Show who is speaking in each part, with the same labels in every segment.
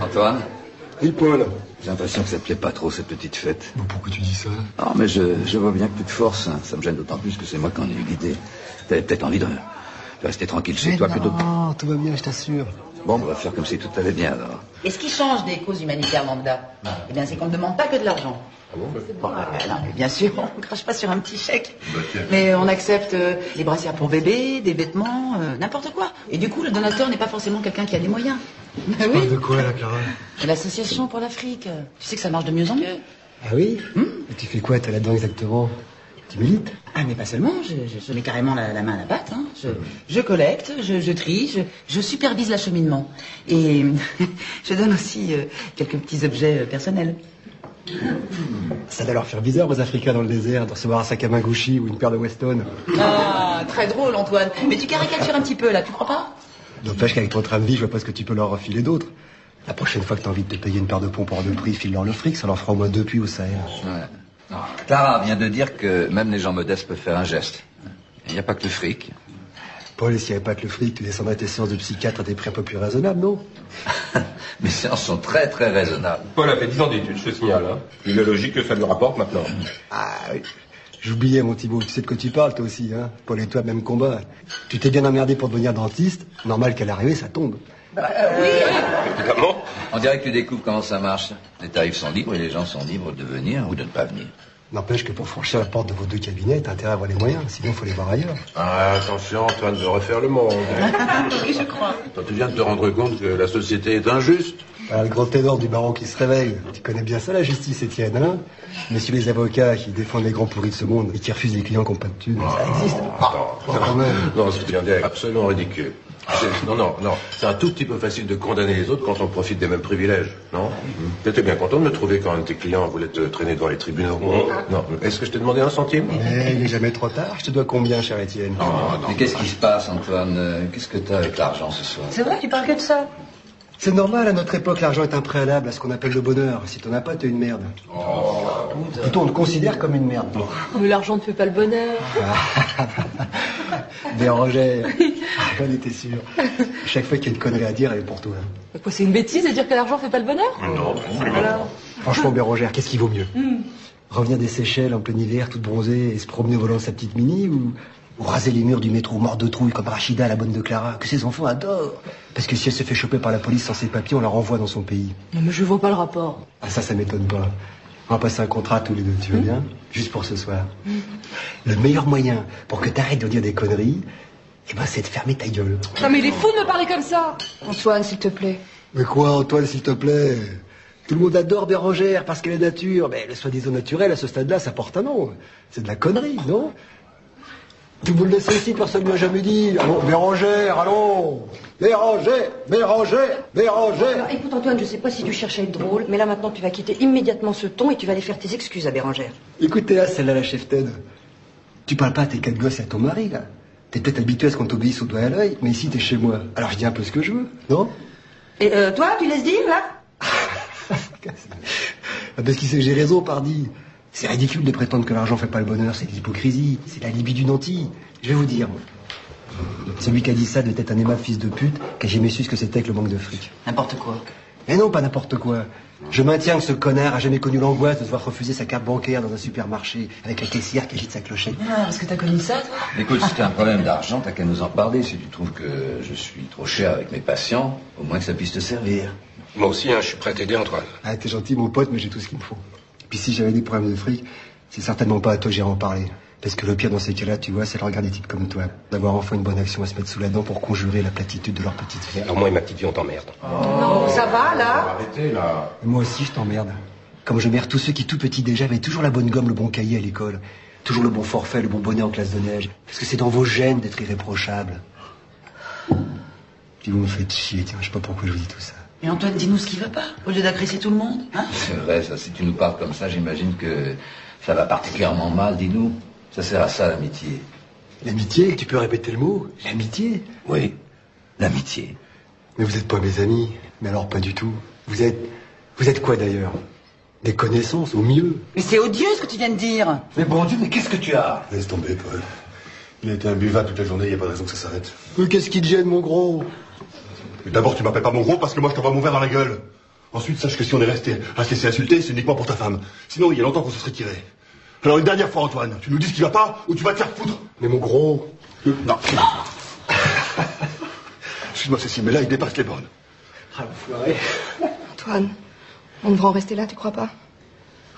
Speaker 1: Antoine,
Speaker 2: Oui, Paul.
Speaker 1: j'ai l'impression que ça te plaît pas trop cette petite fête.
Speaker 2: Bon, pourquoi tu dis ça
Speaker 1: Non, mais je, je vois bien que tu te forces. hein. Ça me gêne d'autant plus que c'est moi qui en ai eu l'idée. T'avais peut-être envie de, de rester tranquille chez toi plutôt que...
Speaker 2: Non, Oh, tout va bien, je t'assure.
Speaker 1: Bon, on va faire comme si tout allait bien alors.
Speaker 3: Et ce qui change des causes humanitaires lambda Eh bien, c'est qu'on ne demande pas que de l'argent. Bon, euh, non, mais bien sûr, on ne crache pas sur un petit chèque. Mais on accepte euh, les brassières pour bébé, des vêtements, euh, n'importe quoi. Et du coup, le donateur n'est pas forcément quelqu'un qui a des moyens. Bah oui,
Speaker 2: de quoi, la Clara
Speaker 3: de l'association pour l'Afrique. Tu sais que ça marche de mieux en mieux.
Speaker 2: Ah oui Et tu fais quoi, toi, là-dedans, exactement Tu milites
Speaker 3: Ah, mais pas seulement, je, je- je mets carrément la, la main à la pâte. hein. Je, je collecte, je, je trie, je, je supervise l'acheminement. Et je donne aussi euh, quelques petits objets euh, personnels.
Speaker 2: Ça doit leur faire bizarre aux Africains dans le désert de recevoir un sac à main Gucci ou une paire de Weston.
Speaker 3: Ah, très drôle, Antoine. Mais tu caricatures un petit peu, là, tu crois pas
Speaker 2: N'empêche qu'avec ton train de vie, je vois pas ce que tu peux leur refiler d'autre. La prochaine fois que t'as envie de te payer une paire de pompes hors de prix, file-leur le fric, ça leur fera au moins deux puits au Sahel.
Speaker 1: Ouais. Non, Clara vient de dire que même les gens modestes peuvent faire un geste. Il n'y a pas que le fric.
Speaker 2: Paul, et s'il n'y avait pas que le fric, tu descendrais tes séances de psychiatre à des prix un peu plus raisonnables, non
Speaker 1: Mes séances sont très très raisonnables.
Speaker 4: Paul a fait 10 ans d'études, je te signale. Hein. Il est logique que ça lui rapporte maintenant.
Speaker 2: Ah oui. J'oubliais, mon Thibaut, tu sais de quoi tu parles, toi aussi, hein Paul et toi, même combat. Tu t'es bien emmerdé pour devenir dentiste, normal qu'à l'arrivée, ça tombe.
Speaker 4: Évidemment.
Speaker 1: On dirait que tu découvres comment ça marche. Les tarifs sont libres et les gens sont libres de venir ou de ne pas venir.
Speaker 2: N'empêche que pour franchir la porte de vos deux cabinets, t'as intérêt à avoir les moyens, sinon faut les voir ailleurs.
Speaker 4: Ah, attention, Antoine veut refaire le monde.
Speaker 3: Oui, je crois.
Speaker 4: Toi, tu viens de te rendre compte que la société est injuste.
Speaker 2: Voilà le grand ténor du baron qui se réveille. Tu connais bien ça, la justice, Étienne, hein Monsieur les avocats qui défendent les grands pourris de ce monde et qui refusent les clients qui n'ont pas de thunes. Ça existe.
Speaker 4: Attends.
Speaker 2: Ah, quand même.
Speaker 4: Non, ce que tu viens de dire est absolument ridicule. C'est- Non, non, non. C'est un tout petit peu facile de condamner les autres quand on profite des mêmes privilèges, non T'étais bien content de me trouver quand un de tes clients voulait te traîner devant les tribunaux. Non, est-ce que je t'ai demandé un centime
Speaker 2: Mais Eh, il n'est jamais trop tard. Je te dois combien, cher Étienne
Speaker 1: Mais qu'est-ce qui se passe, Antoine Euh, Qu'est-ce que t'as avec l'argent ce soir
Speaker 3: C'est vrai, tu parles que de ça.
Speaker 2: C'est normal, à notre époque, l'argent est un préalable à ce qu'on appelle le bonheur. Si t'en as pas, t'es une merde. Plutôt, on te considère comme une merde.
Speaker 5: Oh,
Speaker 6: Mais l'argent ne fait pas le bonheur.
Speaker 2: Des rejets. Ah, J'en étais sûr. Chaque fois qu'il y a une connerie à dire, elle est pour toi. hein.
Speaker 6: Quoi, c'est une bêtise de dire que l'argent fait pas le bonheur
Speaker 4: Non, absolument pas.
Speaker 2: Franchement, Bérangère, qu'est-ce qui vaut mieux Revenir des Seychelles en plein hiver, toute bronzée, et se promener au volant de sa petite mini ou, ou raser les murs du métro mort de trouille comme Rachida, la bonne de Clara, que ses enfants adorent Parce que si elle se fait choper par la police sans ses papiers, on la renvoie dans son pays.
Speaker 6: Non, mais je vois pas le rapport.
Speaker 2: Ah ça, ça m'étonne pas. On va passer un contrat tous les deux, tu veux bien Juste pour ce soir. Le meilleur moyen pour que t'arrêtes de dire des conneries, eh ben, c'est de fermer ta gueule.
Speaker 6: Non, mais il est fou de me parler comme ça Antoine, s'il te plaît.
Speaker 2: Mais quoi, Antoine, s'il te plaît Tout le monde adore Bérangère parce qu'elle est nature. Mais le soi-disant naturel, à ce stade-là, ça porte un nom. C'est de la connerie, non Tout le monde le sait ici, personne ne l'a jamais dit. Allons, Bérangère, allons Bérangère, Bérangère, Bérangère
Speaker 5: Alors, écoute Antoine, je sais pas si tu cherches à être drôle, mais là maintenant tu vas quitter immédiatement ce ton et tu vas aller faire tes excuses à Bérangère.
Speaker 2: Écoutez, là, celle-là, la chef Ted. Tu parles pas à tes quatre gosses et à ton mari, là. T'es peut-être habitué à ce qu'on t'obéisse au doigt et à l'œil, mais ici, t'es chez moi. Alors, je dis un peu ce que je veux, non
Speaker 5: Et euh, toi, tu laisses dire là
Speaker 2: Ah, Parce qu'il sait que j'ai raison, pardi. C'est ridicule de prétendre que l'argent fait pas le bonheur, c'est de l'hypocrisie, c'est de la libye du nanti. Je vais vous dire. moi. Celui qui a dit ça devait être un aimable fils de pute qui a jamais su ce que c'était que le manque de fric.
Speaker 3: N'importe quoi.
Speaker 2: Mais non, pas n'importe quoi. Je maintiens que ce connard a jamais connu l'angoisse de se voir refuser sa carte bancaire dans un supermarché avec la caissière qui agite sa clochette.
Speaker 3: Ah, est-ce que t'as connu ça, toi
Speaker 1: Écoute, si t'as un problème d'argent, t'as qu'à nous en parler. Si tu trouves que je suis trop cher avec mes patients, au moins que ça puisse te servir.
Speaker 4: Moi aussi, hein, je suis prêt à t'aider, Antoine.
Speaker 2: Ah, t'es gentil, mon pote, mais j'ai tout ce qu'il me faut. Puis si j'avais des problèmes de fric, c'est certainement pas à toi que j'irais en parler. Parce que le pire dans ces cas-là, tu vois, c'est le regard des types comme toi. D'avoir enfin une bonne action à se mettre sous la dent pour conjurer la platitude de leur petite vie.
Speaker 4: Alors moi et ma petite vie, on t'emmerde.
Speaker 5: Non, ça va là
Speaker 4: Arrêtez, là.
Speaker 2: Moi aussi, je t'emmerde. Comme je merde tous ceux qui, tout petits déjà, avaient toujours la bonne gomme, le bon cahier à l'école. Toujours le bon forfait, le bon bonnet en classe de neige. Parce que c'est dans vos gènes d'être irréprochable. Puis vous me faites chier, tiens, je sais pas pourquoi je vous dis tout ça.
Speaker 3: Mais Antoine, dis-nous ce qui va pas, au lieu d'agresser tout le monde, hein
Speaker 1: C'est vrai, ça. Si tu nous parles comme ça, j'imagine que ça va particulièrement mal, dis-nous. Ça sert à ça, l'amitié.
Speaker 2: L'amitié, tu peux répéter le mot L'amitié
Speaker 1: Oui, l'amitié.
Speaker 2: Mais vous êtes pas mes amis. Mais alors pas du tout. Vous êtes... Vous êtes quoi d'ailleurs Des connaissances, au mieux.
Speaker 3: Mais c'est odieux ce que tu viens de dire.
Speaker 1: Mais bon Dieu, mais qu'est-ce que tu as
Speaker 7: Laisse tomber, Paul. Il a été imbuvable toute la journée, il n'y a pas de raison que ça s'arrête.
Speaker 2: Mais qu'est-ce qui te gêne, mon gros
Speaker 7: Mais D'abord, tu m'appelles pas mon gros parce que moi, je t'envoie mon verre dans la gueule. Ensuite, sache que si on est resté à se laisser insulter, c'est uniquement pour ta femme. Sinon, il y a longtemps qu'on se serait tiré. Alors, une dernière fois, Antoine, tu nous dis ce qui va pas ou tu vas te faire foutre Euh,
Speaker 2: Mais mon gros,
Speaker 7: Non. Excuse-moi, Cécile, mais là, il dépasse les bornes.
Speaker 8: Antoine, on devrait en rester là, tu crois pas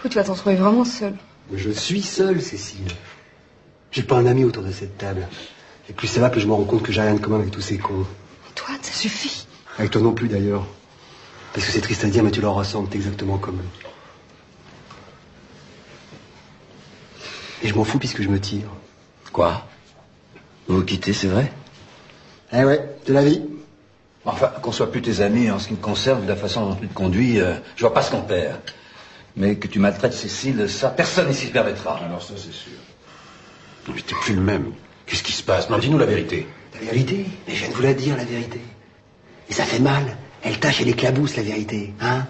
Speaker 8: Ou tu vas t'en trouver vraiment seul.
Speaker 2: je suis seul, Cécile. J'ai pas un ami autour de cette table. Et plus ça va, plus je me rends compte que j'ai rien de commun avec tous ces cons.
Speaker 8: Antoine, ça suffit.
Speaker 2: Avec toi non plus, d'ailleurs. Parce que c'est triste à dire, mais tu leur ressembles, t'es exactement comme eux. Et je m'en fous puisque je me tire.
Speaker 1: Quoi Vous vous quittez, c'est vrai
Speaker 2: Eh ouais, c'est la vie.
Speaker 1: Enfin, qu'on soit plus tes amis en ce qui me concerne, de la façon dont tu te conduis, euh, je vois pas ce qu'on perd. Mais que tu maltraites Cécile, ça, personne ici se permettra.
Speaker 4: Alors ça, c'est sûr. Non, mais t'es plus le même. Qu'est-ce qui se passe Non, dis-nous la vérité.
Speaker 2: La vérité Mais je viens de vous la dire, la vérité. Et ça fait mal. Elle tâche, elle éclabousse, la vérité. Hein